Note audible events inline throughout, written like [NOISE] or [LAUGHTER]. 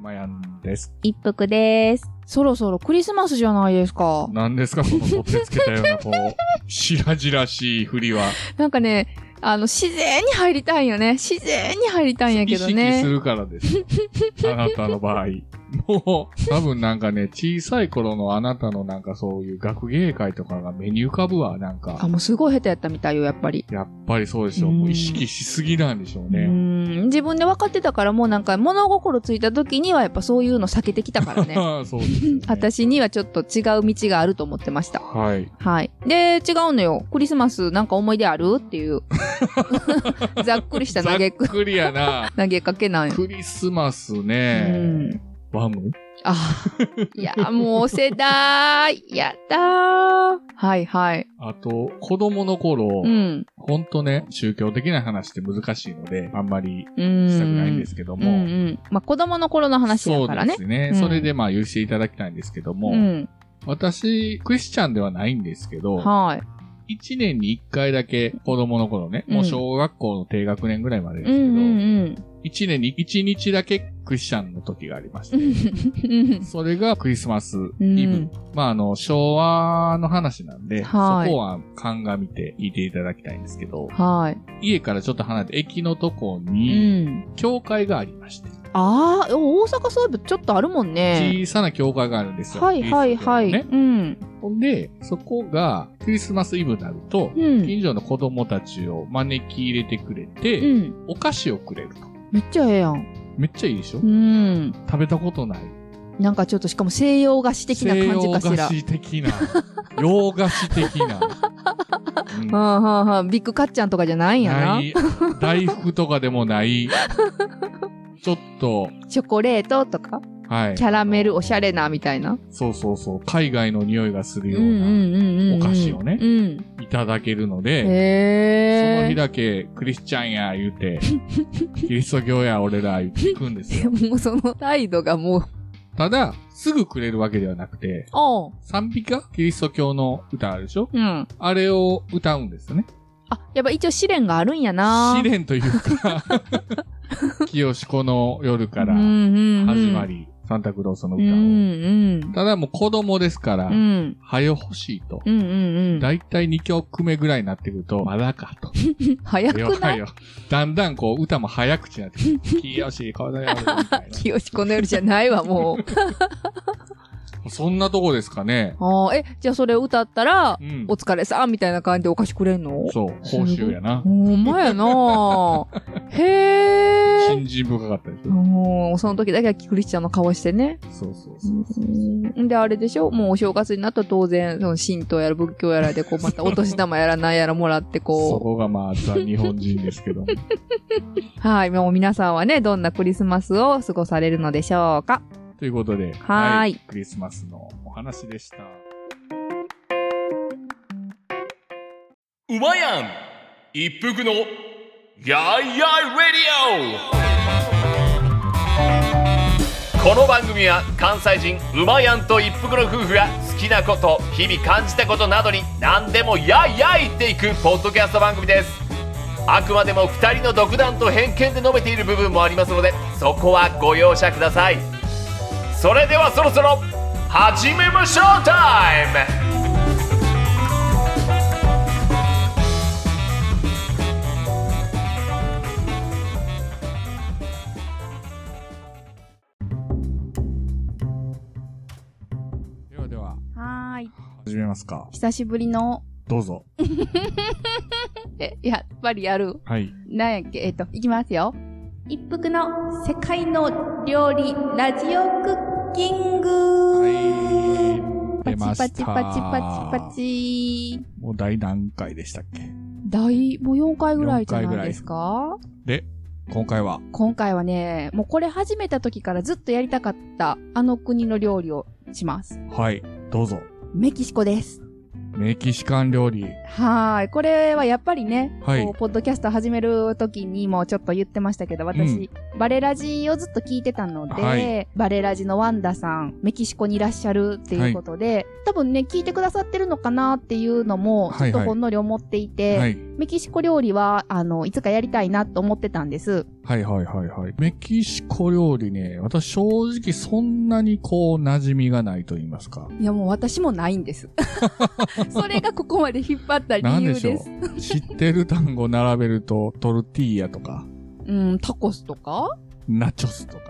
まやんです。一服です。そろそろクリスマスじゃないですか。何ですか、このとってつけたような、こ [LAUGHS] う、白々しい振りは。なんかね、あの、自然に入りたいよね。自然に入りたいんやけど意識すね。るからです [LAUGHS] よ。あなたの場合。もう、多分なんかね、小さい頃のあなたのなんかそういう学芸会とかが目に浮かぶわ、なんあ、か。もうすごい下手やったみたいよ、やっぱり。やっぱりそうでしょう。うんもう意識しすぎなんでしょううね。ん自分で分かってたからもうなんか物心ついた時にはやっぱそういうの避けてきたからね。ああそうですよ [LAUGHS] ね。私にはちょっと違う道があると思ってました。はい。はい。で、違うのよ。クリスマスなんか思い出あるっていう。ざっくりしたざ投げっく、くりや [LAUGHS]。な投げかけなんよ。クリスマスうね。ん。バムあーいや、もう世代。やったー。はいはい。あと、子供の頃、うん。ほんとね、宗教的な話って難しいので、あんまりうん。したくないんですけどうんうも。ん。まあ、子供の頃の話やからね。そうですね。うんそれでまあ言っていただきたいんですけども、うん。私、クリスチャンではないんですけど、はい。 1年に1回だけ子供の頃ね、うんもう小学校の低学年ぐらいまでですうけんど、うんうん。 1年に1日だけクリスチャンの時がありましうて、んそれがクリスマスイブ。うんまあ、あの、昭和の話なんで、はいそこは鑑みて聞いていただきたいんですけど、はい。家からちょっと離れて駅のとこうに、ん。教会がありまして、ああ、お大阪そういえばちょっとあるもんね。小さな教会があるんですよ。はいはいはキリスト教のい。ねうん。ほんで、そこがクリスマスイブになると、うん。近所の子供たちを招き入れてくれうて、ん。お菓子をくれると。めっちゃええやん。めっちゃいいでしょうん。食べたことない。なんかちょっとしかも西洋菓子的な感じかしら。西洋菓子的 [LAUGHS] な。洋菓子的な。うんはあはあはあ、ビッグカッチャンとかじゃないんやな。ない。大福とかでもない。ちょっと、チョコレートとか、はい。キャラメルおしゃれ。れなみたいな。そうそうそう。海外の匂いがするような、おお菓子をねうん。いただけるので、そのへ日え。だけ、クリスチャンや、言う [LAUGHS] て、キリスト教や、俺ら、言って行くんですよ。でも [LAUGHS] その態度がもう、ただ、すぐくれるわけではなくて、おう。賛美歌キリスト教の歌あるでしょうん。あれを歌うんですよね。あ、やっぱ一応試練があるんやな。試練という [LAUGHS] か、清志子の夜から始始ま。り、サンタクロースのうん歌うを。ん。ただもう子供ですからうんう、ん。早欲しいと。うんうんうだいたい2曲目ぐらいになってくると、まだかと。ん。早よくはないいよ。だんだんこう歌も早口になってくる。 [LAUGHS] 清志子の夜みたいな。清子の夜じゃないわ、もう。そんなとこですかね。ああ、え、じゃあそれを歌ったらう、んお。疲れさんみたいな感じでお菓子くれんのそう、報酬やな。ほんま [LAUGHS] やなへえ。信心深かったでしょ。もう、その時だけはクリスチャンの顔してね。そうそうそう。うんで、あれでしょもうお正月になったら当然、その神道やら仏教やらで、こう、またお年玉やらなんやらもらって、そここがまあ、ザ・日本人ですけ [LAUGHS] ども。う。はい。もう皆さんはね、どんなクリスマスを過ごされるのでしょうか。ということで、はーいクリスマスのお話でした。うまやん一服のやいやいレディオこの番組は関西人うまやんと一服の夫婦が好きなこと日々感じたことなどに何でもやいやい言っていくポッドキャスト番組ですあくまでも2人の独断と偏見で述べている部分もありますのでそこはご容赦くださいそれではそろそろ始めましょうタイムではでは、はーい。始めますか。久しぶりの、どうぞ。え、やっぱりやる。はい。なんやっけ、えっと、いきますよ。一服の世界の料理ラジオクッキング。はパい。出チまパした。チパチパチパ。チ。もう大何回でしたっけ大、もう4回ぐらいじゃないですか今回は、今回はね、もうこれ始めた時からずっとやりたかった、あの国の料理をします。はい、どうぞ。メキシコです。メキシカン料理。はーい。これはやっぱりね、はいこうポッドキャスト始める時にもちょっと言ってましたけど、私、バレラジをずっと聞いてたので、はいバレラジのワンダさん、メキシコにいらっしゃるっていうことで、多分ね、聞いてくださってるのかなっていうのも、ちょっとほんのり思っていて、はい。メキシコ料理は、あの、いつかやりたいなと思ってたんです。はいはいはいはい。メキシコ料理ね、私正直そんなにこう馴染みがないと言いま [LAUGHS] すか。いやもう私もないん [LAUGHS] です。それがここまで引っ張ったなん理で由しょです。う。知ってる単語並べると、トルティーヤとか、うん、タコスとかナチョスとか。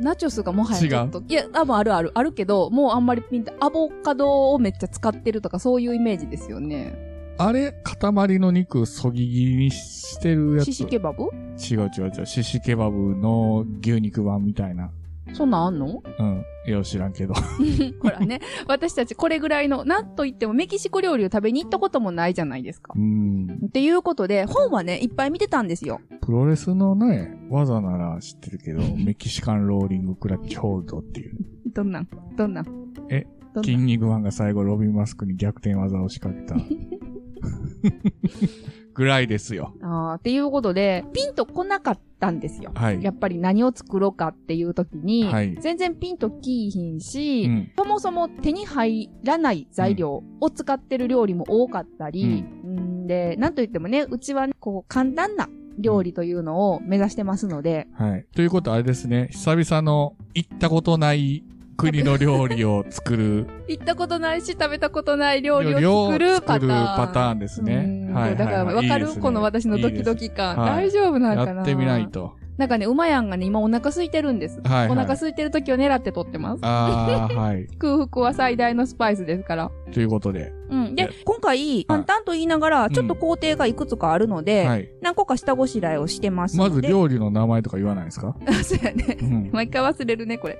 ナチョスがもはやちょっと。いや、あ、もうあるある。あるけど、もうあんまりピンと、アボカドをめっちゃ使ってるとかそういうイメージですよね。あれ、塊の肉そぎ切りにしてるやつ。シシケバブ違う違う違う。シシケバブの牛肉版みたいな。そんなんあん [LAUGHS] のうん。よう知らんけど。 [LAUGHS] ほらね、私たちこれぐらいの、なんと言ってもメキシコ料理を食べに行ったこともないじゃないですか。うん。っていうことで、本はね、いっぱい見てたんですよ。プロレスのね、技なら知ってるけど、メキシカンローリングクラッチホールドっていう、どんなんどんなんえどん [LAUGHS] 筋なん肉マンが最後ロビンマスクに逆転技を仕掛 [LAUGHS] けた。ぐらいですよ。あーっていうことで、ピンと来なかったんですよ。はいやっぱり何を作ろうかっていう時に、はい全然ピンときいひんし、うん。そもそも手に入らない材料を使ってる料理も多かったり、うん、で、なんといってもね、うちは、ね、こう、簡単な料理というのを目指してますので、はい。ということはあれですね、久々の行ったことない国の料理を作る行ったことないし、食べたことない [LAUGHS] 料理料を作理をる作パタるーン。パターンですねう。んはいはいだはい。から、わかいいるですねこの私のドキドキ感。いいで大す丈夫なんかなやってみない。と。なんかね、うまやんがね、今お腹空いてるんです。はい、はい。お腹空いてる時を狙って撮ってます。ああ、はい。空腹は最大のスパイスですから。ということで。うん。いやで、今回、簡単と言いながら、ちょっと工程がいくつかあるので、はい。何個か下ごしらえをしてますのまで。ず [LAUGHS] 料理の名前とか言わないですかあ、そうやね。 [LAUGHS] うん。毎回忘れるね、これ。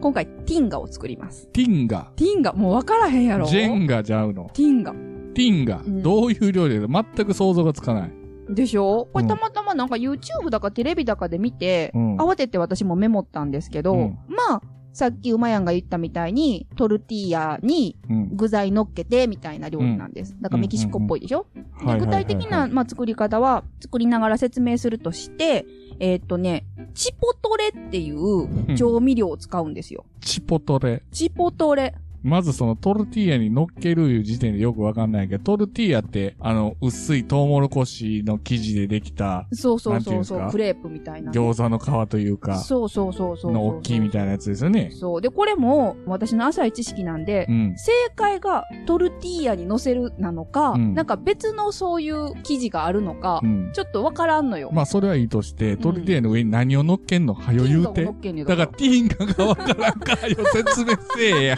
今回、ティンガを作ります。ティンガ。ティンガ、もう分からへんやろ。ジェンガちゃうの。ティンガ。ティンガ。んどういう料理だ全く想像がつかない。でしょこれたまたまなんか YouTube だかテレビだかで見て、うん慌てて私もメモったんですけど、うんまあ、さっきうまやんが言ったみたいに、トルティーヤにうん。具材乗っけてみたいな料理なんです。だからメキシコっぽいでしょ、はで具体的な、まあ、作り方は作りながら説明するとして、えーっとね、チポトレっていう調味料を使うんですよ。チポトレ。チポトレ。まずそのトルティーヤに乗っけるいう時点でよくわかんないけど、トルティーヤって、あの、薄いトウモロコシの生地でできたそうそうそうなんていうんですそかう、クレープみたいな。餃子の皮というか、そうそうそうそう。の大きいみたいなやつですよね。そう。で、これも私の浅い知識なんでう、ん。正解がトルティーヤに乗せるなのか、うんなんか別のそういう生地があるのか、うん。ちょっとわからんのよ。まあ、それはいいとして、トルティーヤの上に何を乗っけんのはよ言うてティンガを乗。っけんねんだから、ティーンガがわからんから [LAUGHS] よ、説明せえや。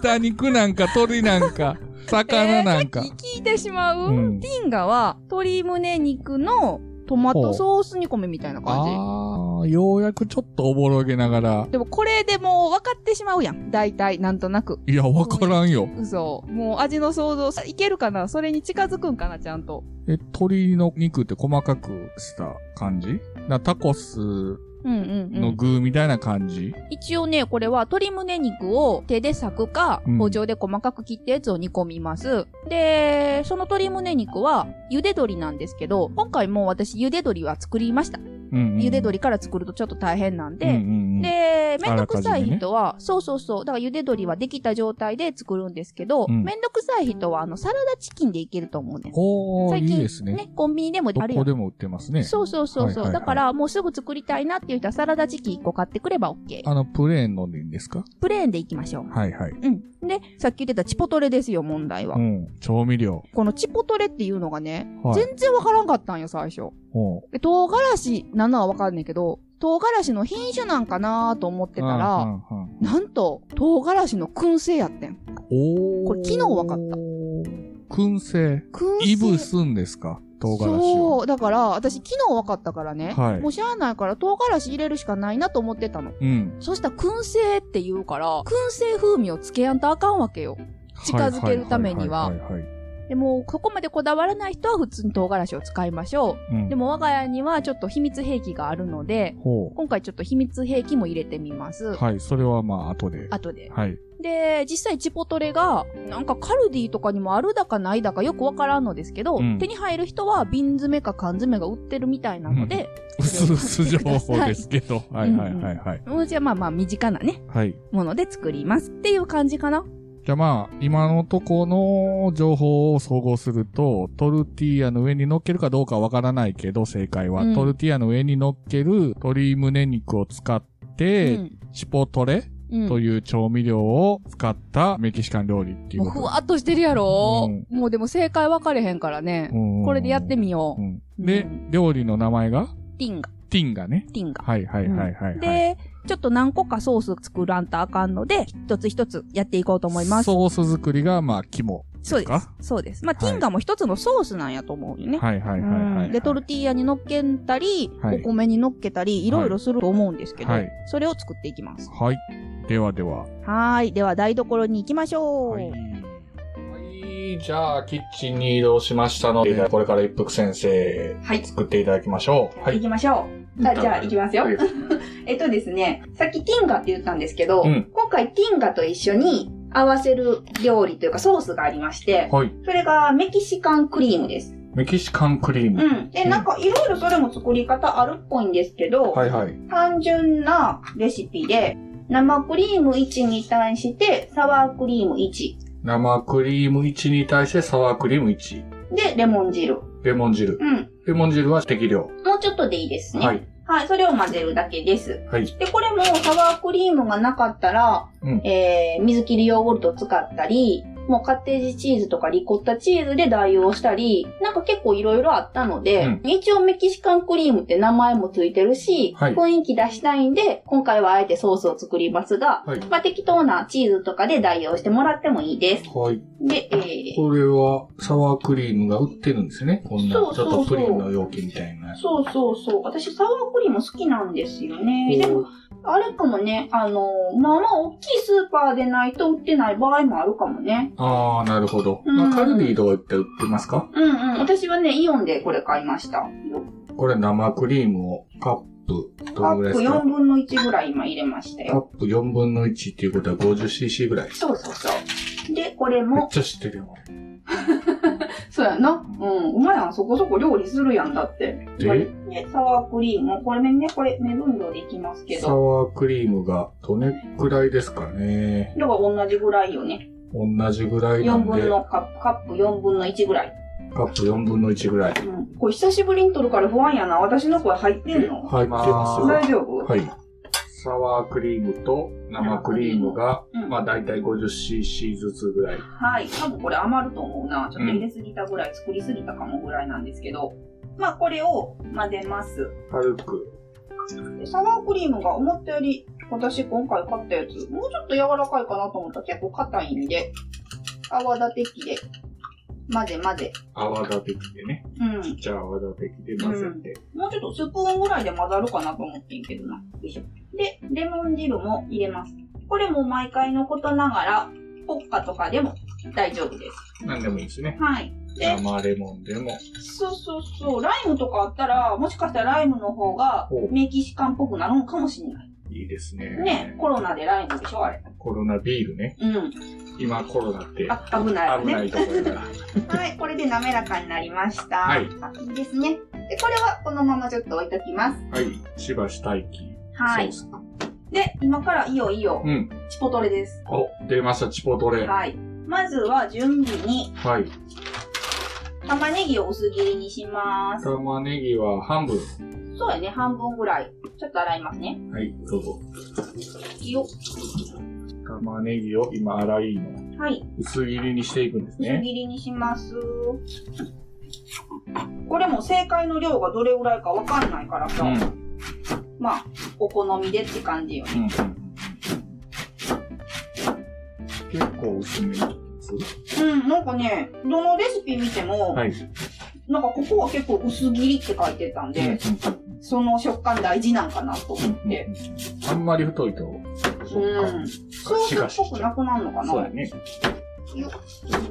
豚肉なんか、鳥なんか、魚なんか。えーさっき聞いてしまう、うんティンガは鶏胸肉のトマトソース煮込みみたいな感ああ、ようやくちょっとおぼろげながらじ。。でもこれでもう分かってしまうやん。大体、なんとなく。いや、わからんよ。嘘。もう味の想像さ、いけるかなそれに近づくんかなちゃんと。え、鶏の肉って細かくした感じなタコスうんうんうのん。具みたいな感じ、一応ね、これは鶏胸肉を手で裂くか、うん包丁で細かく切ったやつを煮込みます。で、その鶏胸肉は、茹で鶏なんですけど、今回もう私茹で鶏は作りました。うんうん茹で鶏から作るとちょっと大変なんで、うんうんうん、で、めんどくさいあらかじめね人は、そうそうそう、だから茹で鶏はできた状態で作るんですけど、うんめんどくさい人は、あの、サラダチキンでいけると思うねん。おー、いいですね。コンビニでもどあるこよ。でも売ってますね。そうそうそうそう、はいはいはいだから、もうすぐ作りたいなっていう人は、サラダチキン1個買ってくれば OK。あの、プレーンのでいいんですかプレーンでいきましょう。はいはい。うん。で、さっき言ってたチポトレですよ、問題は。うん。調味料。このチポトレっていうのがね、はい。全然わからんかったんよ、最初。おうで、唐辛子なのはわかんねんけど、唐辛子の品種なんかなーと思ってうたら、んうんうんなんと、唐辛子の燻製やってん。おー。これ昨日わかったた。燻製。燻製。いぶすんですか唐辛子を。そう。だから、私昨日分かったからね。はいもう知らないから唐辛子入れるしかないなと思ってたの。うん。そしたら燻製って言うから、燻製風味をつけやんとあかんわけよ。近づけるためにはいはいいいでも、ここまでこだわらない人は普通に唐辛子を使いましょうんう。でも我が家にはちょっと秘密兵器があるので、ほ今回ちょっと秘密兵器も入れてみます。う。はい。それはまあ、後で。後で。はい。で、実際チポトレが、なんかカルディとかにもあるだかないだかよくわからんのですけど、うん手に入る人は瓶詰めか缶詰が売ってるみたいなので、うすうす情報ですけど。はいはいはいはい。うちはまあまあ身近なね、はい。もので作りますっていう感じかな。じゃあまあ、今のとこの情報を総合すると、トルティーヤの上に乗っけるかどうかわからないけど、正解は、うんトルティーヤの上に乗っける鶏胸肉を使って、うんシポトレうんという調味料を使ったメキシカン料理っていうもうこと。ふわっとしてるやろ、もうでも正解分かれへんからね。うんこれでやってみようう。んでう、料理の名前がティンガ、ティンガね。ティンガ。はいはいはいはい、はいで、ちょっと何個かソース作らんとあかんので、一つ一つやっていこうと思います。ソース作りが、まあ、肝。そうでですす。そうです。まあ、はテいィンガも一つのソースなんやと思うよね。はいはいはいはい、はい。で、トルティーヤに乗っけたり、はいお米に乗っけたり、いろいろすると思うんですけど、はいそれを作っていきます。はい。ではでは。はーい。では、台所に行きましょう。はい。はい、じゃあ、キッチンに移動しましたので、これから一服先生、はい作っていただきましょう。は行い。きましょう。あじゃあ、行きますよはい。 [LAUGHS] えっとですね、さっきティンガって言ったんですけど、うん今回ティンガと一緒に合わせる料理というかソースがありまして、はい。それがメキシカンクリームです。メキシカンクリーム。うん。で、なんかいろいろそれも作り方あるっぽいんですけど、はいはい。単純なレシピで、生クリーム1に対してサワークリーム1。生クリーム1に対してサワークリーム1。で、レモン汁。レモン汁。うん。レモン汁は適量。もうちょっとでいいですね。ははい。い。それを混ぜるだけです。はい。で、これもサワークリームがなかったら、うん。えー、水切りヨーグルトを使ったり、もうカッテージチーズとかリコッタチーズで代用したり、なんか結構いろいろあったので、うん一応メキシカンクリームって名前もついてるし、はい雰囲気出したいんで、今回はあえてソースを作りますが、はい。まあ、適当なチーズとかで代用してもらってもいいです。はい。で、えー、これは、サワークリームが売ってるんですね。こんな、ちそょうっそうとプリンの容器みたいなやつ。そうそうそう。私、サワークリーム好きなんですよね。でも、あれかもね、あの、まあまあ大きいスーパーでないと売ってない場合もあるかもね。ああ、なるほど。うんまあ、カルビーどうやって売ってますかうんうん。私はね、イオンでこれ買いました。これ生クリームをカップ、どカのぐらッいプです4か分の1ぐらい今入れましたカッよ。プ4分の1っていうことは 50cc ぐらい。そうそうそう。で、こめれっも、ちゃ知ってるよ。そうやな。うん。うまいやん。そこそこ料理するやんだって。で、で、サワークリーム。これね、これ、目分量でいきますけサど。ワークリームがどれくらいですかね。だから同じぐらいよね。同じぐらいな4んで分、のカップ、カップ4分の1ぐらい。カップ4分の1ぐらい。うん。これ久しぶりに撮るから不安やな。私の声入ってんの入ってますよ。大丈夫はい。サワークリームと生クリームが、まあ大体 50cc ずつぐらい。はい。多分これ余ると思うな。ちょっと入れすぎたぐらい、作りすぎたかもぐらいなんですけど。まあ、これを混ぜます。軽く。でサワークリームが思ったより、私今回買ったやつ、もうちょっと柔らかいかなと思ったら結構硬いんで、泡立て器で混ぜ混ぜ。泡立て器でね。うん。じゃあ泡立て器で混ぜて。もうちょっとスプーンぐらいで混ざるかなと思ってんけどな。よいしょ。で、レモン汁も入れます。これも毎回のことながら、ポッカとかでも大丈夫です。何でもいいですね。はい。で、生レモンでも。そうそうそう。ライムとかあったら、もしかしたらライムの方がおメキシカンっぽくなるのかもしれない。いいですね。ね、コロナでライムでしょ、あれ。コロナビールね。うん。今コロナってあ、危ないよ危ね。ないところだ [LAUGHS] から。はい、これで滑らかになりました。はいあいいですね。で、これはこのままちょっと置いときます。はい。しばし待機。はい。ソースで、今からいよいよう、ん。チポトレです。お、出ました、チポトレ。ははい。まずは準備に、い。玉ねぎを薄切りにします。玉ねぎは半分。そうやね、半分ぐらい。ちょっと洗いますね。はい、どうぞ。よ玉ねぎを今、粗いの。っはい。薄切りにしていくんです薄ね。切りにします。これも正解の量がどれぐらいかわかんないからうさ、ん。うん。まあ、お好みでって感じよね。うん結構薄めに切ります。うん、なんかね、どのレシピ見ても、はい。なんかここは結構薄切りって書いてたんで、うその食感大事なんかなと思っん。て。あんまり太いと、うそうかん。ソースっぽくなくなるのかなそうやね。よ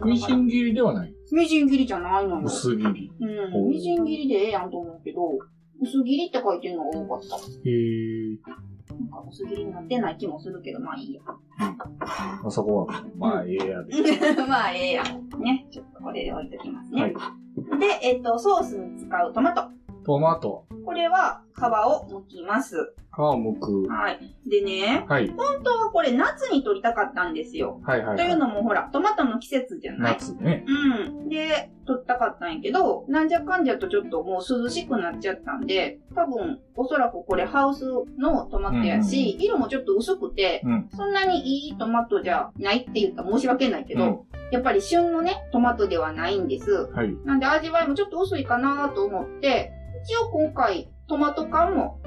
みじん切りではない。みじん切りじゃないのよ。薄切り。うん。みじん切りでええやんと思うけど、薄切りって書いてるのが多かった。へー。なんか薄切りになってない気もするけど、まあいいや。まあ、そこは、まあ、ええやで。 [LAUGHS] まあええやん。ね。ちょっとこれで置いときますね。はいで、えっと、ソースに使うトマト。トマト。これれは皮を剥きます。皮を剥く。はい。でね、はい。本当はこれ夏に取りたかったんですよ。はいはい、といはうい。のもほら、トマトの季節じゃない。夏ね。うん。で、取ったかったんやけど、なんじゃかんじゃとちょっともう涼しくなっちゃったんで、多分、おそらくこれハウスのトマトやし、色もちょっと薄くて、うんそんなにいいトマトじゃないって言ったら申し訳ないけど、やっぱり旬のね、トマトではないんですう。ん。はい。なんで味わいもちょっと薄いかなと思って、一応今回トマト缶も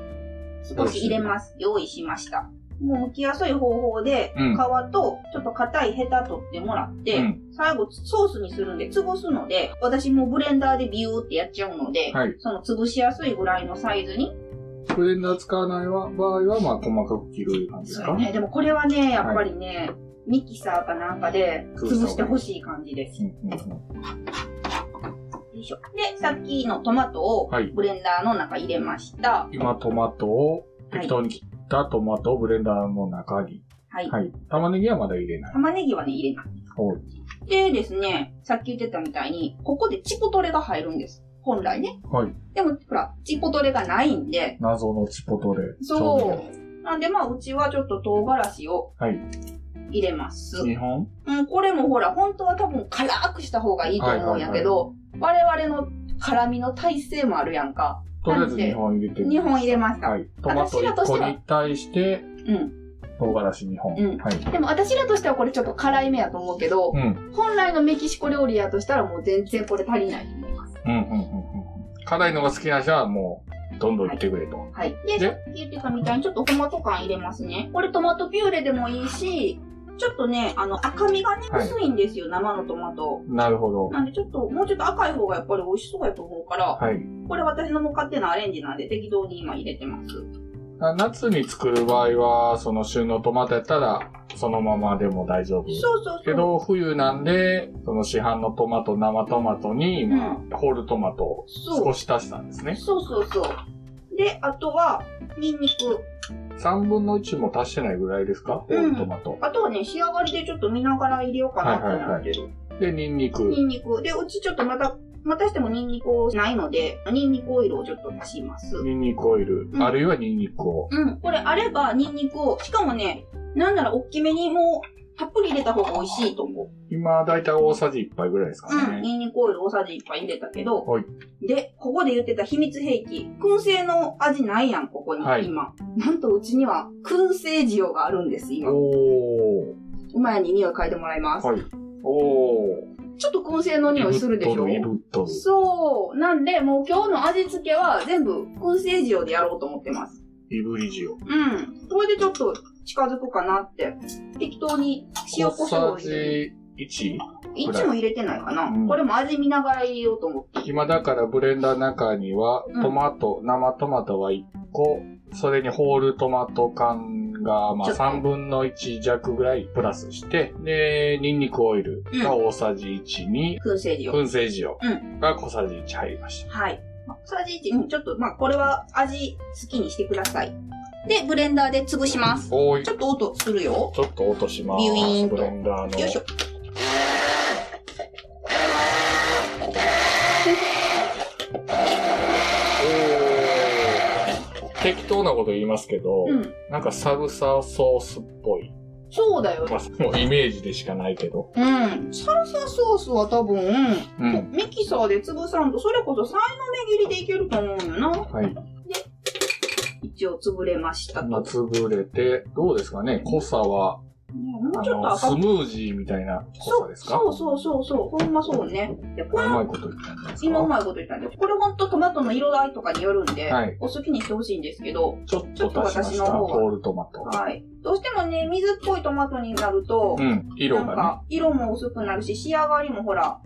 少し入れます。用意しました。もう剥きやすい方法で、うん皮とちょっと硬いヘタ取ってもらって、うん。最後ソースにするんで潰すので、私もブレンダーでビューってやっちゃうので、はい。その潰しやすいぐらいのサイズに。ブレンダー使わない場合は、まあ、細かく切る感じですか。ね。でもこれはね、やっぱりね、ミキサーかなんかで潰してほしい感じです。うんうんうんよいしょ。で、さっきのトマトをはいブレンダーの中入れました。今、トマトを、適当に切ったトマトをブレンダーの中に。はい。はい。玉ねぎはまだ入れない。玉ねぎはね、入れない。おうでですね、さっき言ってたみたいに、ここでチポトレが入るんです。本来ね。はい。でも、ほら、チポトレがないんで、謎のチポトレ。そう。なんで、まあ、うちはちょっと唐辛子をはい入れます。日本うん、これもほら、本当は多分辛くした方がいいと思うんやけど、我々の辛みの耐性もあるやんか。とりあえず日本入れてみ2本入れました。はい。トマト1個に対して、うん。唐辛子2本。うんはい。でも私らとしてはこれちょっと辛いめやと思うけどう、ん。本来のメキシコ料理やとしたらもう全然これ足りないと思います。うん、うん、うん。うん辛いのが好きな人はもう、どんどんいってくれと。はい。で、でさっき言ってたみたいにちょっとトマト感入れますね。これトマトピューレでもいいし、ちょっとね、あの、赤みがね、はい薄いんですよ、生のトマト。なるほど。なんでちょっと、もうちょっと赤い方がやっぱり美味しそうやと思うから、はい。これ私の勝手なアレンジなんで適当に今入れてます。あ夏に作る場合は、その旬のトマトやったら、そのままでも大丈夫。そうそうけそう。ど、冬なんで、その市販のトマト、生トマトに、まあ、ホールトマトをそ少う。し足したんですね。そうそうそう。で、あとは、ニンニク。 3分の1も足してないぐらいですか、ホールトマト。あとはね、仕上がりでちょっと見ながら入れようかなって思ってる。で、ニンニク。ニンニク。で、うちちょっとまた、またしてもニンニクをないので、ニンニクオイルをちょっと足します。ニンニクオイル、うんあるいはニンニクを。うん。これあれば、ニンニクを、しかもね、なんなら大きめにもう、たっぷり入れた方が美味しいと思う。今、だいたい大さじ1杯ぐらいですかうん。ね。ニンニクオイル大さじ1杯入れたけど。はいで、ここで言ってた秘密兵器。燻製の味ないやん、ここに。はい今。なんとうちには、燻製塩があるんです、今。おー。馬屋に匂い嗅いでもらいます。はい。おー。ちょっと燻製の匂いするでしょイブットル、イブットそう。なんで、もう今日の味付けは全部燻製塩でやろうと思ってます。ル。イブリジオ。うん。これでちょっと近づくかなって。適当に塩コ小ショウさを入れる。じ1。いつも入れてないかな、うんこれも味見ながら入れようと思って。今だからブレンダーの中にはうん、トマト、生トマトは1個、それにホールトマト缶が、まあ、ちょっと3分の1弱ぐらいプラスして、で、ニンニクオイルが大さじ1に、燻製塩。燻製塩うが小さじ1入りました。はい。まあ小さじ1、うん、ちょっと、まあ、これは味好きにしてください。で、ブレンダーで潰します。おーいちょっと音するよ。ちょっと落とします。ビュイーンとブレンダーの。よいしょ。おー適当なこと言いますけど、うん。なんかサルサソースっぽい。そうだよ。まあ、そのイメージでしかないけど。うん。サルサソースは多分、うん。ミキサーで潰さんと、それこそさいの目切りでいけると思うんよな。はい。一応潰れましたと。まあ、潰れて、どうですかね濃さは、ねもあうちょっとの、ス赤ムージーみたいな濃さですかそうそうそうそう。ほんまそうね。で、こうれまいこと言ったんじゃないです今うかまいこと言ったんです。これほんとトマトの色合いとかによるんで、はいお好きにしてほしいんですけど、ちょっと足しまちし。ょったと私の方がホールトマト。はい。どうしてもね、水っぽいトマトになると、うん。色なんがか色も薄くなるし、仕上がりもほら、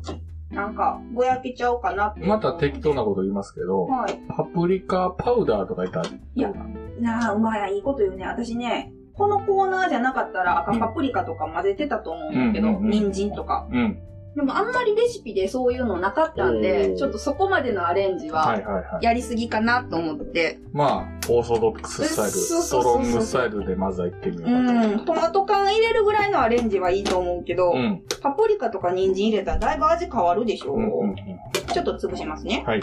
なんかぼやけちゃうかなってね。また適当なこと言いますけど、はい。パプリカパウダーとか言ったらいやどうなんなあ、うまいや、いいこと言うね。私ね、このコーナーじゃなかったら赤パプリカとか混ぜてたと思うんだけど、うんうんうん人参とか。うん。でもあんまりレシピでそういうのなかったんおで、ーちょっとそこまでのアレンジははいはいはい。やりすぎかなと思って。まあ、オーソドックススタイル、そスうそうそうそうトロングスタイルでまずは行ってみよううかん、トマト缶入れるぐらいのアレンジはいいと思うけど、と。うん。パプリカとか人参入れたらだいぶ味変わるでしょ、うんうんうん。ちょっと潰しますね。はい。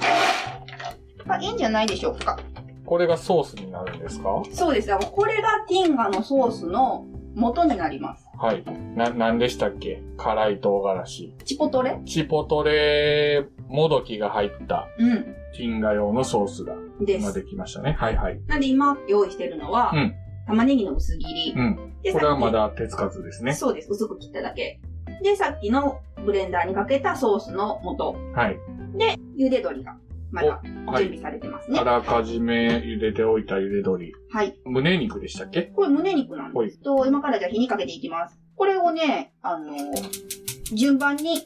あ、いいんじゃないでしょうか。これがソースになるんですかそうです。だからこれがティンガのソースの元になります。はい。な、なんでしたっけ辛い唐辛子。チポトレチポトレもどきが入ったうん。ティンガ用のソースがで今す。できましたね。はいはい。なんで今用意してるのは、うん玉ねぎの薄切り。うん。でこれはまだ手つかずですね。そうです。薄く切っただけ。で、さっきのブレンダーにかけたソースの素。はい。茹で鶏が、まだは準備い。されてますね。あはらい。かじめ茹でておいた茹で鶏。胸肉でしたっけこれ胸肉なんです。と、今からじゃあ火にかけていきます。これをね、あの順番に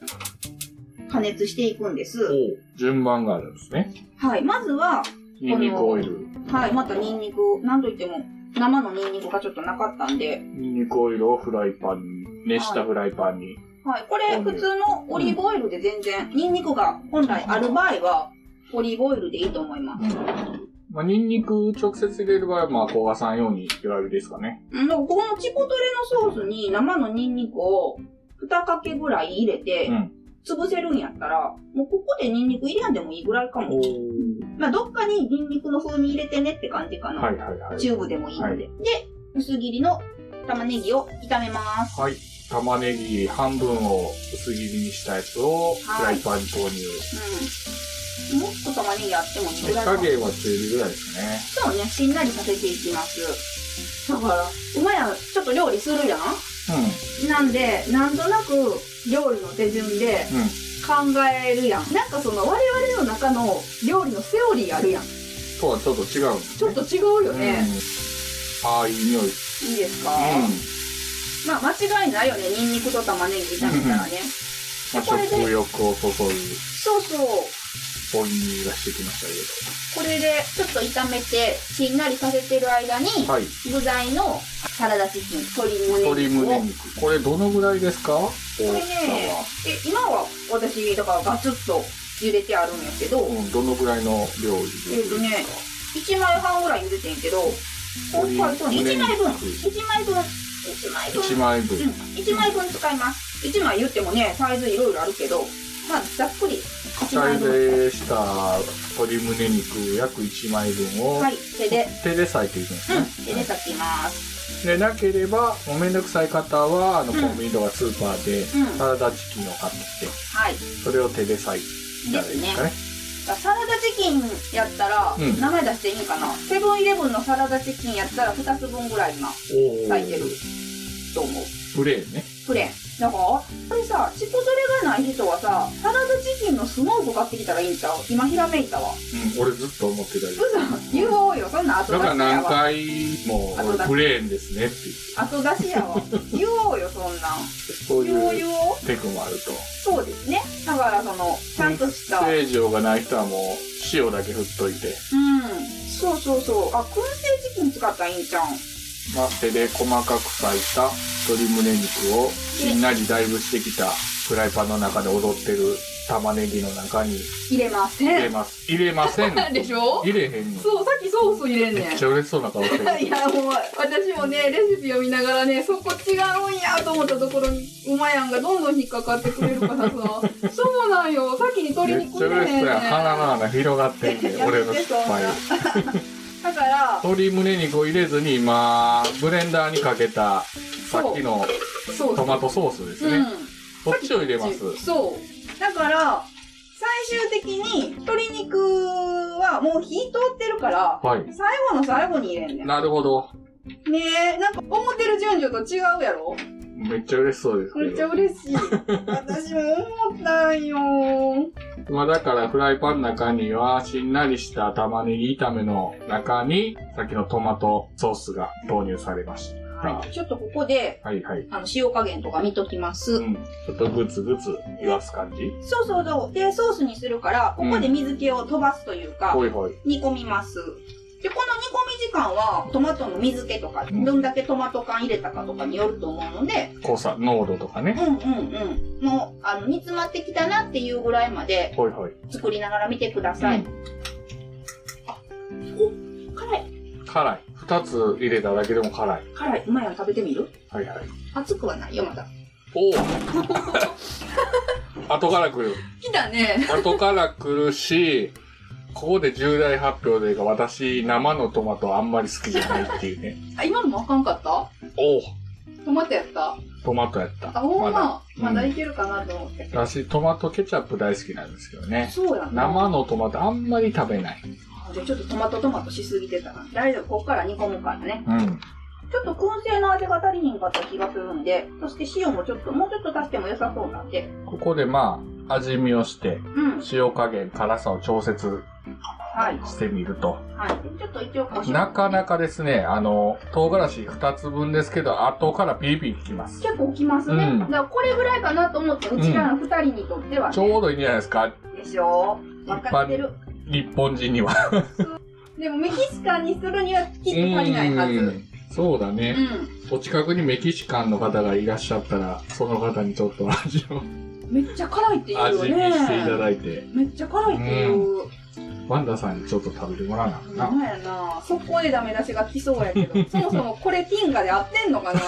加熱していくんです。お順番があるんですね。はい。まずは、ニンニクオイル。はい。またニンニク、なんといっても、生のニンニクがちょっとなかったんで、ニンニクオイルをフライパンに、熱したフライパンに。はい。これ、普通のオリーブオイルで全然、ニンニクが本来ある場合は、オリーブオイルでいいと思います。まあ、ニンニク直接入れる場合は、まあ、焦がさんように弱火ですかね。うん、だからこのチポトレのソースに生のニンニクを2かけぐらい入れてうん、潰せるんやったら、もうここでニンニク入れやんでもいいぐらいかも。まあ、どっかにニンニクの風味入れてねって感じかな。はいはいはい。チューブでもいいので。で、薄切りの玉ねぎを炒めます。はい。玉ねぎ半分を薄切りにしたやつをフライパンに投入。うん。もっと玉ねぎあってもいい火ぐらいか加も。減は中火ぐらいですね。そうね、しんなりさせていきます。だから、お前らちょっと料理するやんなんで、なんとなく料理の手順でうん。うん。考えるやん。なんかその我々の中の料理のセオリーあるやん。とはちょっと違うんですちょっね。と違うよね。うん、ああ、いい匂い。うん。いいですか、まあ間違いないよね。ニンニクと玉ねぎ炒めたらね。まあ、これで食欲をそそるそうそう。ポインにがしてきましたけこれでちょっと炒めて、しんなりさせてる間に、ど。はい。具材のサラダチキン、鶏鶏胸肉を。胸肉。これどのぐらいですか大これきねさは。、え、今は私、だからガツッと茹でてあるんやけど、うん、どのぐらいの料理えっとね、1枚半ぐらい茹でてんけど、今鶏回そうね、1枚分、胸肉1枚分、1枚分、 1枚分。うん、1枚分使います。1枚言ってもね、サイズいろいろあるけど、まあ、ざっくり1サ枚イ分。ズした鶏胸肉約1枚分をはい、手で、手で裂いていくんですね。うん、手で炊きます。でなければもうめんどくさい方はあのうんコンビニとかスーパーでうん、サラダチキンを買ってきてはい。それを手で裂いたでらいいですねすか。ねサラダチキンやったら、うん名前出していいんかなセブンイレブンのサラダチキンやったら2つ分ぐらい今、おー裂いてると思う。プレーンねプレーン。だから、これさ、チポトレがない人はさ、サラダチキンのスモーク買ってきたらいいんちゃう今ひらめいたわ。うん俺ずっと思ってたけうどそ、言おうよ。そんなん後だ出からしや何わ。回もあそうだ俺プレーンですねって言って後出しやわ。言おうよ、そんなん。そう言おうい言うおう。テクもあるとそうですね。だから、その、ちゃんとした。うん。正常がない人はもう塩だけ振っといて、そうそうそう。あ、燻製チキン使ったらいいんちゃうん。まあ、手で細かく裂いた鶏胸肉をしんなりだいぶしてきたフライパンの中で踊ってる玉ねぎの中に入れま入せれん。ます入れませんなん [LAUGHS] でしょ入れへんのそう、さっきソース入れんねん。めっちゃ嬉しそうな顔してるいやもう私もねレシピを見ながらねそこ違うんやと思ったところにうまやんがどんどん引っかかってくれる [LAUGHS] からさそうなんよ先めに鶏っ肉ちゃ入れへ嬉んしそねんうや鼻の穴広がってんね俺の失敗やめてだから鶏胸肉を入れずに今ブレンダーにかけたさっきのそうトマトソースですうんねそっちを入れますそうだから最終的に鶏肉はもう火通ってるからはい最後の最後に入れんねんねなるほどえなんか思ってる順序と違うやろめっちゃ嬉しそうですけどめっちゃ嬉 [LAUGHS] しい私も思ったんよまあだからフライパンの中にはしんなりした玉ねぎ炒めの中にさっきのトマトソースが投入されました。はい、ちょっとここで、はいはい。あの、塩加減とか見ときます。うん。ちょっとグツグツ言わす感じそうそうそう。で、ソースにするから、ここで水気を飛ばすというか、ほいほい。煮込みます。で、この煮込み時間は、トマトの水気とか、どんだけトマト缶入れたかとかによると思うので、濃さ、濃度とかうんね。うんうん。もう、あの、煮詰まってきたなっていうぐらいまでほいほい。作りながら見てください。うん辛い。辛い。二つ入れただけでも辛い。辛い。うまいの食べてみるはいはい。熱くはないよ、まだ。おお [LAUGHS] 後から来る。来たね。後から来るし、ここで重大発表でが私、生のトマトあんまり好きじゃないっていうね。あ、今のもあかんかったおうトマトやったトマトやった。あ、ほんまま。だまだいけるかなと思って。私、トマトケチャップ大好きなんですけどね。そうやな。生のトマトあんまり食べない。あじゃあちょっとトマトトマトしすぎてたな。大丈夫、こっから煮込むからね。うん。ちょっと燻製の味が足りひんかった気がするんで、そして塩もちょっと、もうちょっと足しても良さそうなんで。ここでまあ、味見をして、うん。塩加減、辛さを調節はい。してみると。はい。ちょっと一応こうなかな。かですね、あの、唐辛子2つ分ですけど、後からピリピリきます。結構きますね。うんだからこれぐらいかなと思って、うちらの二人にとっては、ねちょうどいいんじゃないですかでしょ分かってる。日本人には。でもメキシカンにするにはきっと足りないはず。う。うんんそうだね。お近くにメキシカンの方がいらっしゃったら、その方にちょっと味を、めっちゃ辛いって言うよ味見していたね。だいて、めっちゃ辛いって言う。ワンダさんにちょっと食べてもらわなあかんなな。んやなそこでダメ出しが来そうやけ [LAUGHS] ど、そもそもこれティンガで合ってんのかな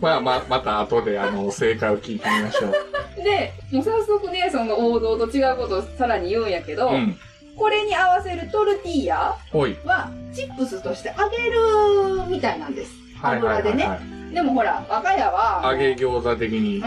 まあまあ、また後であの、正解を聞いてみましょう。で、もう早速姉さんが王道と違うことをさらに言うんやけど、うん。これに合わせるトルティーヤおい。はチップスとして揚げるみたいなんです。はいはいはい、は油い。でもほら、我が家は、揚げ餃子的に。うん、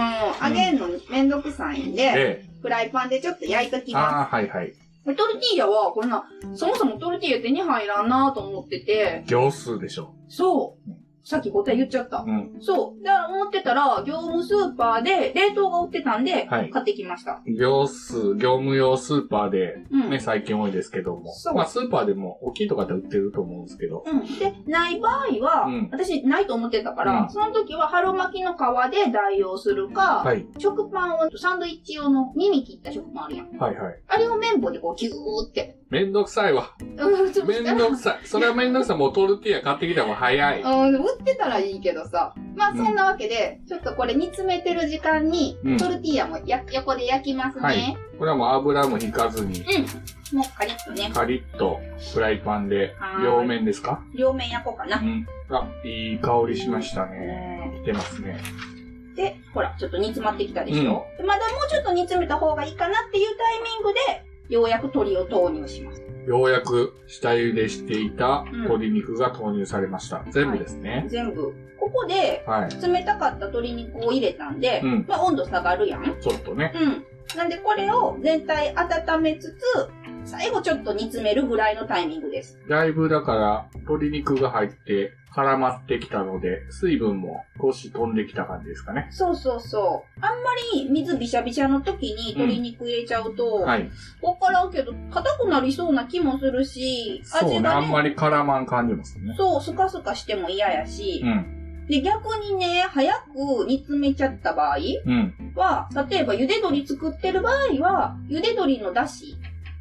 揚げんのめんどくさいんで、えフライパンでちょっと焼いときえ。あまあ、はいはい。す。トルティーヤは、これな、そもそもトルティーヤ手に入らんなと思ってて、行数でしょ。そう。さっき答え言っちゃった。うん。そう。だから思ってたら、業務スーパーで冷凍が売ってたんで、はい買ってきました。行数、業務用スーパーで、うん。ね、最近多いですけどもそう。まあ、スーパーでも大きいとかって売ってると思うんですけど。うん。で、ない場合は、うん私、ないと思ってたから、うんその時は春巻きの皮で代用するか、はい。食パンを、サンドイッチ用の耳切った食パンあるやん。はいはい。あれを綿棒でこう、キューって。めんどくさいわ。うん、潰めしたんらどくさい。それはめんどくさい。もうトルティーヤ買ってきた方が早い。 [LAUGHS] うん、売ってたらいいけどさ。まあ、そんなわけで、ちょっとこれ煮詰めてる時間に、うんトルティーヤもや横で焼きますね。はいこれはもう油も引かずに、もうカリッとね、カリッとフライパンではーい両面ですか両面焼こうかなう。ん。あ、いい香りしましたね。出ますね。で、ほら、ちょっと煮詰まってきたでしょ、でまだもうちょっと煮詰めた方がいいかなっていうタイミングで、ようやく鶏を投入します。ようやく下茹でしていたん鶏肉が投入されました。全部ですね。全部。ここで、はい。冷たかった鶏肉を入れたんで、うんまあ温度下がるやん。うん。ちょっとね。なんでこれを全体温めつつ、最後ちょっと煮詰めるぐらいのタイミングです。だいぶだから、鶏肉が入って絡まってきたので、水分も少し飛んできた感じですかね。そうそうそう。あんまり水びしゃびしゃの時に鶏肉入れちゃうと、わ、はい。からんけど、硬くなりそうな気もするし、そう味ね。あがんね、まり絡まん感じますね。そう、スカスカしても嫌やし、うん。で、逆にね、早く煮詰めちゃった場合うん。は、例えば茹で鶏作ってる場合は、茹で鶏のだし、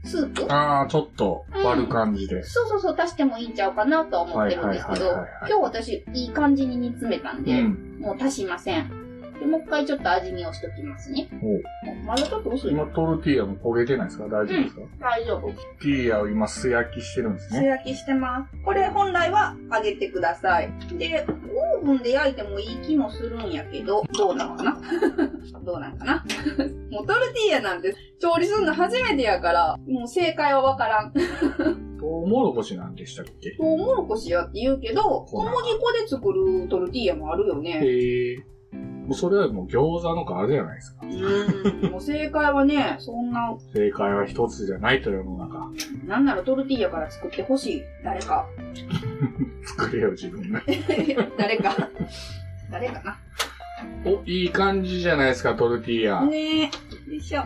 スープああ、ちょっと割る感じで。そうそうそう、足してもいいんちゃうかなとは思ってるんですけどはいはいはいはいは、い今日私、いい感じに煮詰めたんうで、ん。もう足しません。で、もう一回ちょっと味見をしときますね。おうまだちょっと薄い今、な。トルティーヤも焦げてないですか大丈夫ですか、大丈夫。ティーヤを今素焼きしてるんです素ね。焼きしてます。これ本来は揚げてください。で、オーブンで焼いてもいい気もするんやけど、どうなのかな [LAUGHS] どうなんかな [LAUGHS] もうトルティーヤなんて調理するの初めてやから、もう正解はわからん。トトウモロコシなんでしたっけウモロコシやって言うけど、小麦粉で作るトルティーヤもあるよね。へえ。もうそれはもう餃子の皮じゃないですかう。ーん、もう正解はね、そんな、正解は一つじゃないと世の中。なんならトルティーヤから作ってほしい。誰か。 [LAUGHS] 作れよ、自分が。誰か。誰かな。お、いい感じじゃないですか、トルティーヤ。ねえ。でしょ。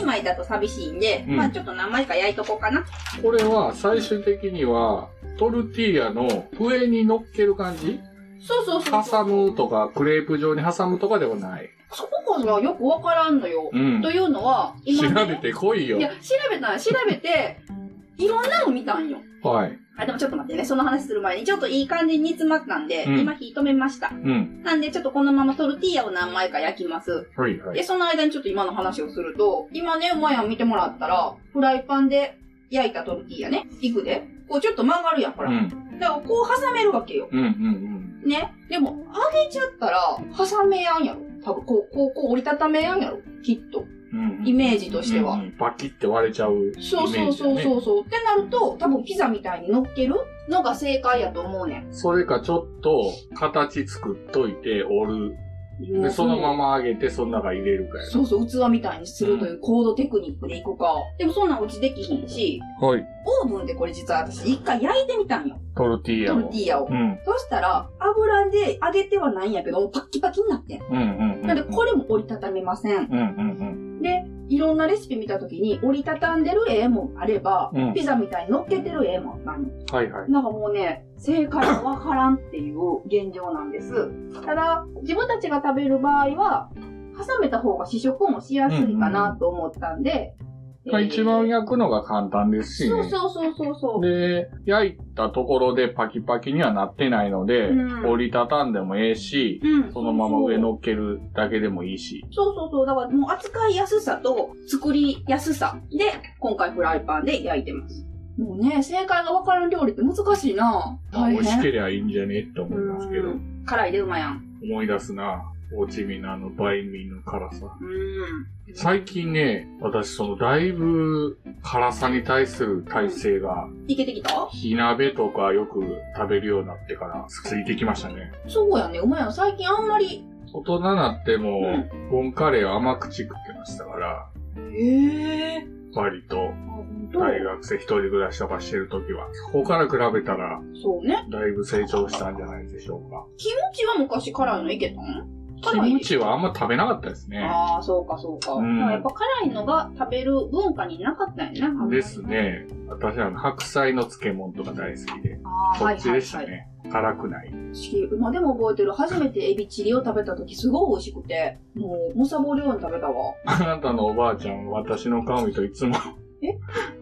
1枚だと寂しいんで、うんまあちょっと何枚か焼いとこうかな。これは最終的にはトルティーヤの上に乗っける感じそうそうそうそ挟う。むとかクレープ状に挟むとかではない。そこがよくわからんのよ。うんと。いうのは、ね調べてこいよい。や、調べたん調べて、いろんなの見たんよ。はい。あ、でもちょっと待ってね、その話する前に、ちょっといい感じに煮詰まったんで、うん今火止めました。うん。なんで、ちょっとこのままトルティーヤを何枚か焼きます。はいはで、い。その間にちょっと今の話をすると、今ね、うまいやん見てもらったら、フライパンで焼いたトルティーヤね、いくで。こうちょっと曲がるやん、ほうら。ん。だからこう挟めるわけよ。うんうんうん。ね。でも、揚げちゃったら、挟めやんやろ。多分、こう、こう、こう折りたためやんやろ。きっと。うんイメージとしては。うんうんバキって割れちゃうイメージ、ね。そうそうそうそうそう。ってなると、多分ピザみたいに乗っけるのが正解やと思うねん。それかちょっと形作っといて折る。で、そのまま揚げて、その中入れるかやそうそう、器みたいにするというコードテクニックでいくか。でもそんなんうちできひんし、な。はい。オーブンでこれ実は私一回焼いてみたんよ。トルティーヤトルテをィ。ーヤをう。ん。そしたら、油で揚げてはないんやけど、パッキパキになってん。うんうんうん。なんで、これも折りたためませうん。んうんで、いろんなレシピ見たときに、折りたたんでる絵もあれば、うんピザみたいに乗っけてる絵もあったんようん。はいはい。なんかもうね、正解がわからんっていう現状なんです。ただ、自分たちが食べる場合は、挟めた方が試食もしやすいかなと思ったんで。まあ、えー一番焼くのが簡単ですしそうね。そうそうそうそう。で、焼いたところでパキパキにはなってないので、うん折りたたんでもええし、うん、そのまま上乗っけるだけでもいいし。そうそうそう。だからもう扱いやすさと作りやすさで、今回フライパンで焼いてます。もうね、正解がわからん料理って難しいなまあ大美味し変。けりゃいいんじゃねって思いますけどう、ん辛いでうまいやん。思い出すな。オチミナのバインミーの辛さ。うん。最近ね、私そのだいぶ辛さに対する耐性が、いけてきた火鍋とかよく食べるようになってからついてきましたね。そうやね、うまいやん。最近あんまり。大人になってもう、ボンカレーを甘口食ってましたから、へえ。割とあ、本当。大学生一人暮らしとかしてる時は、そこから比べたら、そうね。だいぶ成長したんじゃないでしょうか。キムチは昔辛いのいけたんキ辛いムチはあんま食べなかったですね。ああ、そうかそうか。うんまあやっぱ辛いのが食べる文化になかったんやな。です。ね。私は白菜の漬物とか大好きで、ああ、こはっいちはいでしたはい。ね。辛くない。し今でも覚えてる、初めてエビチリを食べた時すごい美味しくて、もう、むさぼるように食べたわ。あなたのおばあちゃん、私の顔見るといつもえ、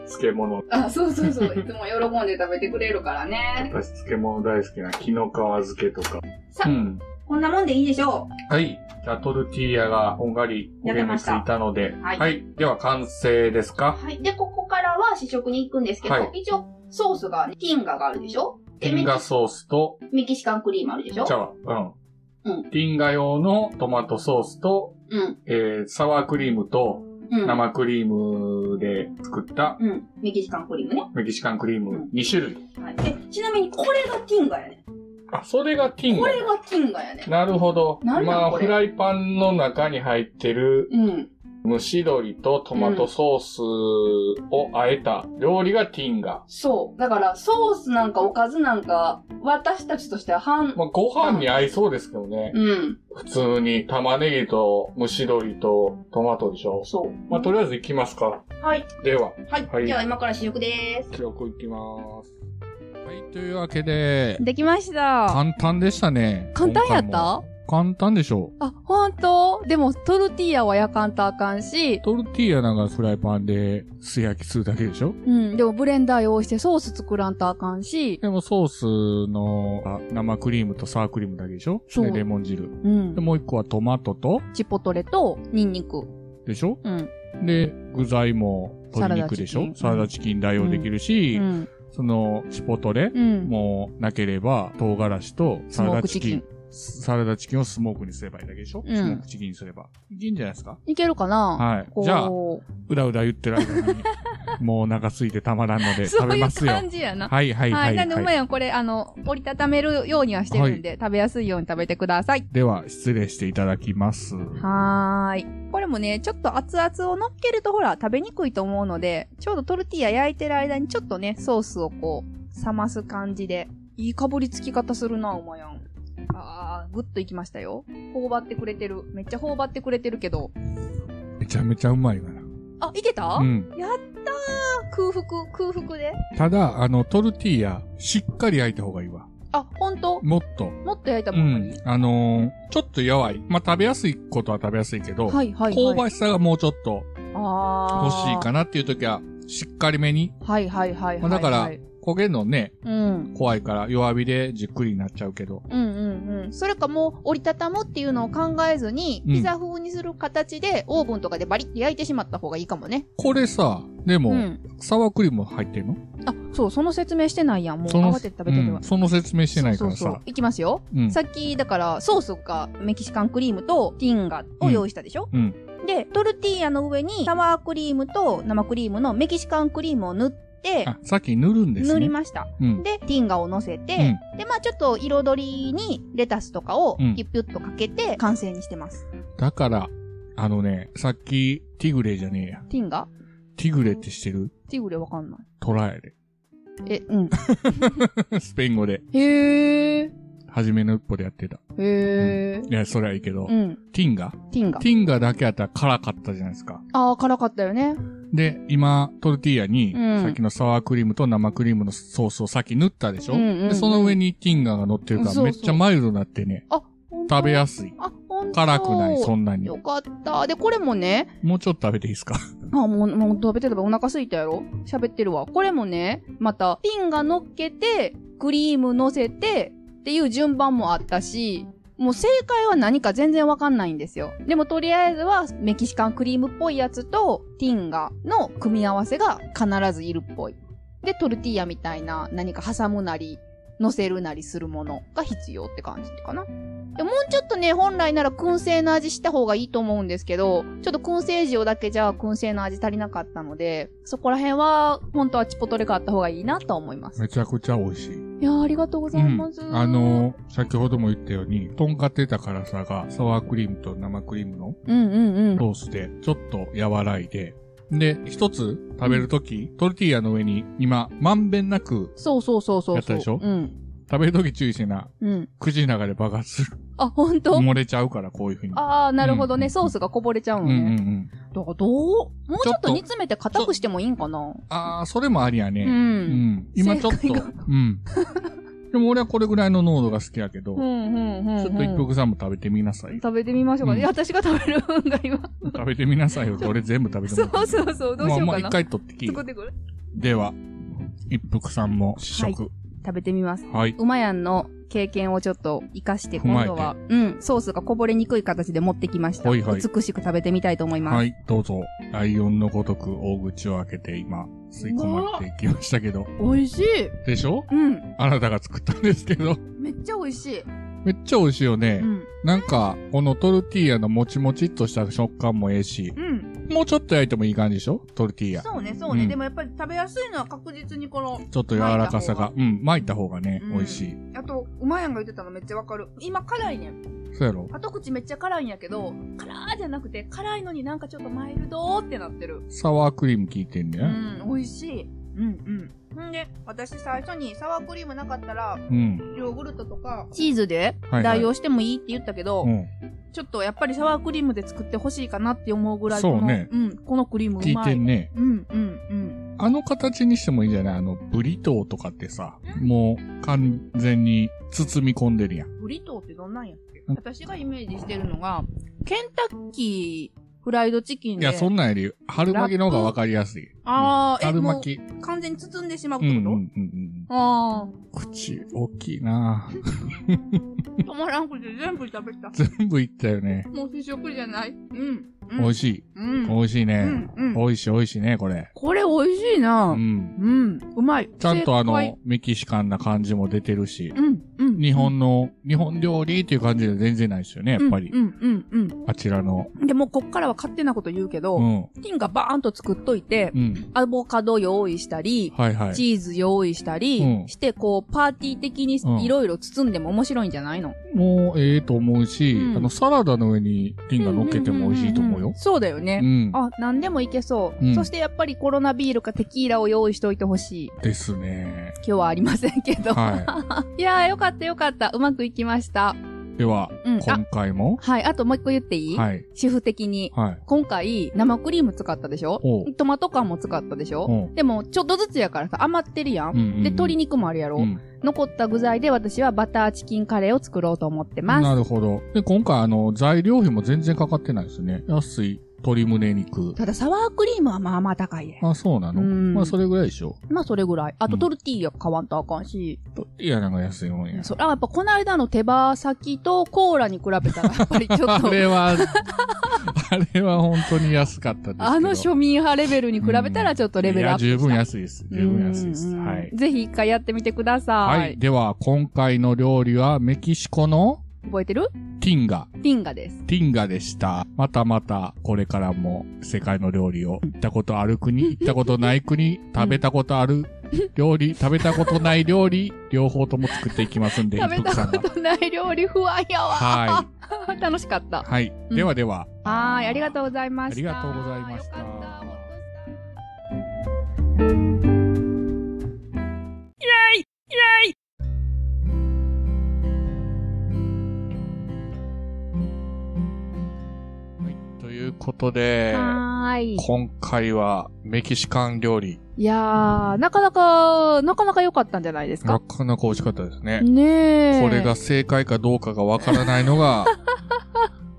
漬物、あそうそうそう。 [LAUGHS] いつも喜んで食べてくれるからね。私漬物大好きな木の皮漬けとか。さうん。こんなもんでいいでしょはい。じゃあ、トルティーヤがこんがり焦げ目ついたので、はいでは、完成ですう。かはい。で、ここからは試食に行くんですけど、はい一応、ソースが、ね、ティンガがあるでしょティンガソースと、メキシカンクリームあるでしょじゃあ、うん。うんティンガ用のトマトソースと、うん。えー、サワークリームとうん。生クリームで作ったうん。メキシカンクリームね。メキシカンクリームう2種類。はい、でちなみにこれがティンガやね。あ、それがティンこガ。れがティンガやね。なるほど。なんなんまあ、これフライパンの中に入ってるうん。蒸し鶏とトマトソースを和えた料理がティンガ。そう。だから、ソースなんかおかずなんか、私たちとしては半、まあ、ご飯に合いそうですけどね。うん。普通に玉ねぎと蒸し鶏とトマトでしょ。そまあ、とりあえず行きますか。う。はい。では、はい。はいじゃあ、今から試食でーす。記録行きます。はい、というわけで、できました。簡単でしたね。簡単やっ今回もた簡単でしょあ、ほんとでも、トルティーヤは焼かんとあかんし、トルティーヤなんかフライパンで素焼きするだけでしょうん、でもブレンダー用意してソース作らんとあかんし、でもソースのあ生クリームとサワークリームだけでしょそうでレモン汁。うんで、もう一個はトマトと、チポトレとニンニク、でしょうん、で、具材も鶏肉でしょササララダダチキン代用できるうし、ん、その、シポトレうん、もなければ、唐辛子とスサラモーダクチチキキンン。。サラダチキンをスモークにすればいいだけでしょ、うんスモークチキンにすれば。いけんじゃないですかいけるかなはいこ。うじゃあ、うだうだ言ってる間 [LAUGHS] に、もうお腹空いてたまらんので食そうべいまうすよ。感じやな。はいはいは。はいい、なんで、うまはいやん、これ、あの、折りたためるようにはしてるんで、食べやすいように食べてください。では、失礼していただきます。はーい。これもね、ちょっと熱々を乗っけるとほら、食べにくいと思うので、ちょうどトルティーヤ焼いてる間にちょっとね、ソースをこう、冷ます感じで。いいかぶりつき方するな、おまやん。あー、ぐっといきましたよ。頬張ってくれてる。めっちゃ頬張ってくれてるけど。めちゃめちゃうまいから。あ、いけた、うん。やったー空腹、空腹で。ただ、あの、トルティーヤ、しっかり焼いた方がいいわ。あ、ほんともっと。もっと焼いたうものに、ん。あのー、ちょっとやわい。まあ、食べやすいことは食べやすいけど、はいはいはい。香ばしさがもうちょっとあ欲ーしいかなっていう時は、しっかりめに。はいはいはいはい、まはあい。だから、焦げんのね、うん。怖いから弱火でじっくりになっちゃうけど。うんうんうん。それかもう折りたたむっていうのを考えずに、うんピザ風にする形でオーブンとかでバリッて焼いてしまった方がいいかもね。これさ、でも、うん。サワークリーム入ってんのあ、そう、その説明してないやん。もうその慌てて食べてるうわん。その説明してないからさ。そうそうそういきますよ。うんさっき、だから、ソースがメキシカンクリームとティンガを用意したでしょ、うんで、トルティーヤの上にサワークリームと生クリームのメキシカンクリームを塗って、あ、さっき塗るんですね。塗りました。うん。で、ティンガを乗せて、で、まあちょっと彩りにレタスとかをうんピュッピュッとかけて完成にしてます。だから、あのね、さっき、ティグレじゃねえや。ティンガティグレってしてるティグレわかんない。トラやで。え、うん。 [LAUGHS] スペイン語で。へー。初めの一歩でやってた。へいー。や、そりゃいいけど、うん。ティンガ。ティンガ。ティンガだけやったら辛かったじゃないですか。あー、辛かったよね。で、今、トルティーヤに、うんさっきのサワークリームと生クリームのソースをさっき塗ったでしょ、うんうんうんでその上にティンガが乗ってるかそら、うめそうっちゃマイルドになってね、あ、食べややすい。あ、ほんと辛くない、そんなによ。かった。で、これもね、もうちょっと食べていいですか [LAUGHS] あ、もう、もう食べてたらお腹空いたやろ喋ってるわ。これもね、また、ピンが乗っけて、クリーム乗せて、っていう順番もあったし、もう正解は何か全然わかんないんですよ。でもとりあえずはメキシカンクリームっぽいやつとティンガの組み合わせが必ずいるっぽい。で、トルティーヤみたいな何か挟むなり、乗せるなりするものが必要って感じかな。でもうちょっとね、本来なら燻製の味した方がいいと思うんですけど、ちょっと燻製塩だけじゃ燻製の味足りなかったので、そこら辺は、本当はチポトレがあった方がいいなとは思います。めちゃくちゃ美味しい。いやーありがとうございます。うん。あのー先ほども言ったように、とんかってた辛さが、サワークリームと生クリームのうんうんうん。ロースで、ちょっと和らいで、で、一つ食べるとき、トルティーヤの上に、今、まんべんなく、そうそうそうそうそう。やったでしょうん。食べるとき注意してな、うん。口の中で爆発する。あ、ほんと漏れちゃうから、こういうふうに。ああ、なるほどうんうんうね。んソースがこぼれちゃううんのうね。んうん。だからどうもうちちょょっっとと煮詰めて硬くしてもいいんかなああ、それもありやね。う。うんん。今ちょっと。正解がうん。でも俺はこれぐらいの濃度が好きやけど、うんうんうん。ちょっと一服さんも食べてみなさい。食べてみましょうかね。うんいや私が食べる分が今。食べてみなさ [LAUGHS] いよ。俺全部食べてもそらってうそうそう。どうしまあようまあか一な。回取ってき作。ってくるでは、一服さんも試食。食べてみます。はい。うまやんの経験をちょっと活かして、踏まえ今て度は、うん、ソースがこぼれにくい形で持ってきました。はいはい美しく食べてみたいと思います。はい、どうぞ。ライオンのごとく大口を開けて今、吸い込まれていきましたけど。美味しいでしょうん、あなたが作ったんですけど。 [LAUGHS] めっちゃ美味しい。めっちゃ美味しいよね。うん、なんか、このトルティーヤのもちもちっとした食感もええし、うん、もうちょっと焼いてもいい感じでしょトルティーヤ。そうね、そうね、うんでもやっぱり食べやすいのは確実にこの、ちょっと柔らかさが、うん、巻いた方がね、うん美味しい。あと、うまやんが言ってたのめっちゃわかる。今辛いねん。そうやろ後口めっちゃ辛いんやけど、辛ーじゃなくて、辛いのになんかちょっとマイルドーってなってる。サワークリーム効いてんうね。ん、美味しい。うんうん。んで、私最初にサワークリームなかったら、うん。ヨーグルトとか、チーズではいはい代用してもいいって言ったけど、うん。ちょっとやっぱりサワークリームで作ってほしいかなって思うぐらいそうこのねうん、このクリームう効いまい。てんね。うんうんうん。あの形にしてもいいんじゃないあの、ブリトーとかってさ、もう完全に包み込んでるやん。ブリトーってどんなんやっけうん私がイメージしてるのが、ケンタッキーフライドチキンいで。や、そんなんより、春巻きの方がわかりやすい。あー、え、春も巻き。う完全に包んでしまうっうてんこうと、んうんうん。あ口、大きいな [LAUGHS] ぁあ、止まらんくて全部食べ [LAUGHS] た。全部いったよね。もう試食じゃないうん。美味しい。しい。うん。美味しいうね。ん。うん。美味しい美味しいね、これ。これ美味しいなう。ん。うん。うまい。ちゃんとあ正解の、メキシカンな感じも出てるし、うん。うん。日本の、日本料理っていう感じで全然ないですよね、やっぱりう。ん。うん。うん。あちらの。うんでも、こっからは勝手なこと言うけど、うん。ティンがバーンと作っといて、うん。アボカド用意したり、はいはい。チーズ用意したりうんして、こう、パーティー的にうんいろいろ包んでも面白いんじゃないの、もうええと思うし、うんあの、サラダの上にリンが乗っけても美味しいと思うよ。そうだようね。ん。あ、何でもいけそう、うんそしてやっぱりコロナビールかテキーラを用意しておいてほしい。で [LAUGHS] すね。今日はありませんけど。、はいやーよかったよかった。うまくいきました。い。では、うん。あ今、回も、はい。あともう一個言っていい、はい。主婦的に。はい。今回、生クリーム使ったでしょおうトマト缶も使ったでしょうでも、ちょっとずつやからさ、余ってるやん。うんうんうんで、鶏肉もあるやろ、うん。残った具材で私はバターチキンカレーを作ろうと思ってます。なるほど。で、今回、あの、材料費も全然かかってないですね。安い鶏胸肉。ただ、サワークリームはまあまあ高いで。あ、そうなのうんまあ、それぐらいでしょ。まあ、それぐらい。あうと、んトルティーヤ買わんとあかんし。いや、なんか安いもんや。そあ、やっぱ、この間の手羽先とコーラに比べ [LAUGHS] たら、やっぱりちょっあと、れは、 [LAUGHS] あれは本当に安かったですけど。あの庶民派レベルに比べたら、ちょっとレベルアップいしや、た。十分安いです。十分安いです。うんうんはい。ぜひ一回やってみてください。はい。では、今回の料理はメキシコの覚えてるティンガ。ティンガです。ティンガでした。またまた、これからも世界の料理を、行ったことある国、行ったことない国、食べたことある料理、食べたことない料 [LAUGHS] 理、両方とも作っていきますんで、食べ一服さたんがこ。とない料理不安やわ。は。[LAUGHS] 楽しかった。はいはい。ではでは。ーい、ありがとうございました。ありがとうございましたよかったほっとしたはいということで、はーい。今回はメキシカン料理、いやー、なかなか、なかなか良かったんじゃないですなか。かなか美味しかったですね。ねえ。これが。正解かどうかがわからないの [LAUGHS] が、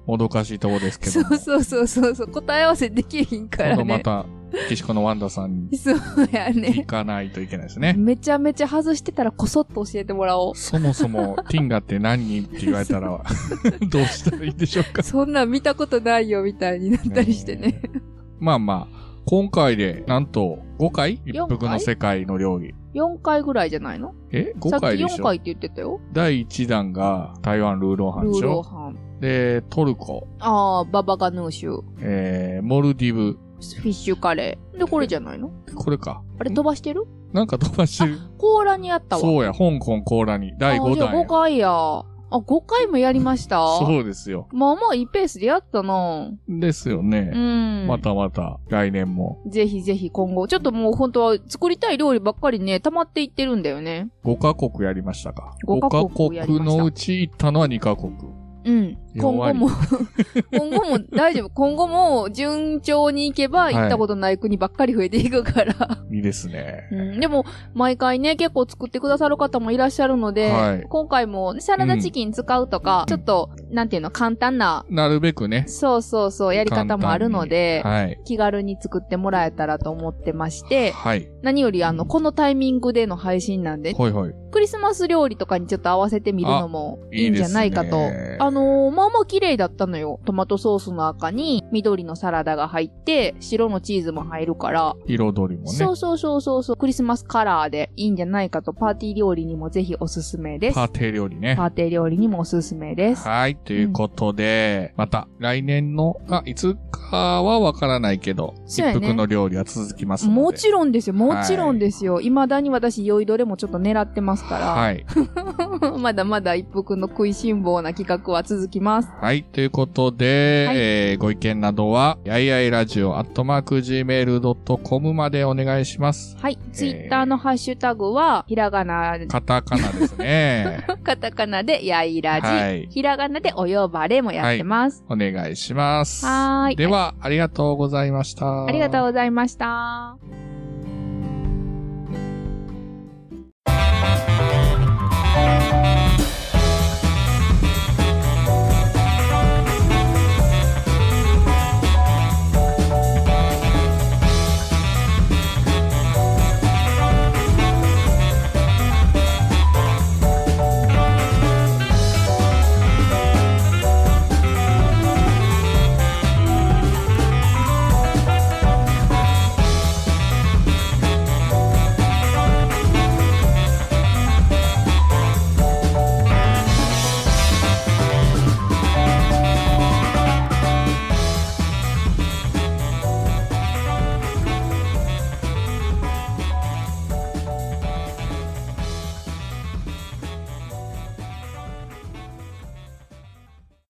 もどかしいとこですけそども。うそうそうそうそう、答え合わせできひんか今ら度まね。た、メキシコのワンダさんにそうや行ね。かないといけないですね。めちゃめちゃ外してたらこそっと教えてもらおう。そもそも、ティンガって何って言われたら、 [LAUGHS] どうしたらいいでしょうか。そんなん見たことないよみたいになったりしてね。え。まあまあ、今回で、なんと、5回一四回服の世界の料理。 4回ぐらいじゃないのえ ?5 さっき回でし4ょ回って言ってたよ。第1弾が台湾ルーローハンルでーしローょハン。で、トルコ、あー、ババガヌーシュ。えー、モルディブ、フィッシュカレー。で、これじゃないのこれか。あれ飛ばしてるなんか飛ばしてる。甲羅にあったわ。そうや、香港コーラに。第あ5じゃあ弾や5。回や。あ、5回もやりました。そうですよ。まあまあいいペースでやったなですようね。ん。またまた、来年も。ぜひぜひ今後。ちょっともう本当は作りたい料理ばっかりね、溜まっていってるんだよね。 5カ国やりましたか。五カ国やりましたのうち行ったのは2カ国。うん。今後 [LAUGHS] も、今後も大丈夫。今後も順調に行けばい行ったことない国ばっかり増えていくから。 [LAUGHS] いいですね。うん、でも、毎回ね、結構作ってくださる方もいらっしゃるので、はい今回もサラダチキン使うとか、ちょっと、なんていうの、簡単な、なるべくね。そうそうそう、やり方もあるので、簡単に気軽に作ってもらえたらと思ってましはい。て、はい。何よりあの、このタイミングでの配信なんで、ほいほい。クリスマス料理とかにちょっと合わせてみるのもいいいいんじゃないかと。であすねのーまあまあ綺麗だったのよ。トマトソースの赤に緑のサラダが入って、白のチーズも入るから、彩りもねそ。うそうそうそうそう、クリスマスカラーでいいんじゃないかと、パーティー料理にもぜひおすすめです。パーパティー料理ね。ーティー料理にもおすすめです。はい。ということで、また来年の、がいつかはわからないけど、そ一うやね服の料理は続きますので。もちろんですよ、もちろんですよ。未だに私、酔いどれもちょっと狙ってますから。はい。 [LAUGHS] まだまだ一服の食いしん坊な企画は続きます。はい。ということで、はいえーご意見などは、やいやいラジオ、アットマーク、gmail.com までお願いします。はい。ツイッターのハッシュタグは、ひらがな、カタカナです [LAUGHS] ね。カタカナでやいらじ、はいひらがなでお呼ばれもやってます。お願いします。はーい。では、ありがとうございました。ありがとうございました。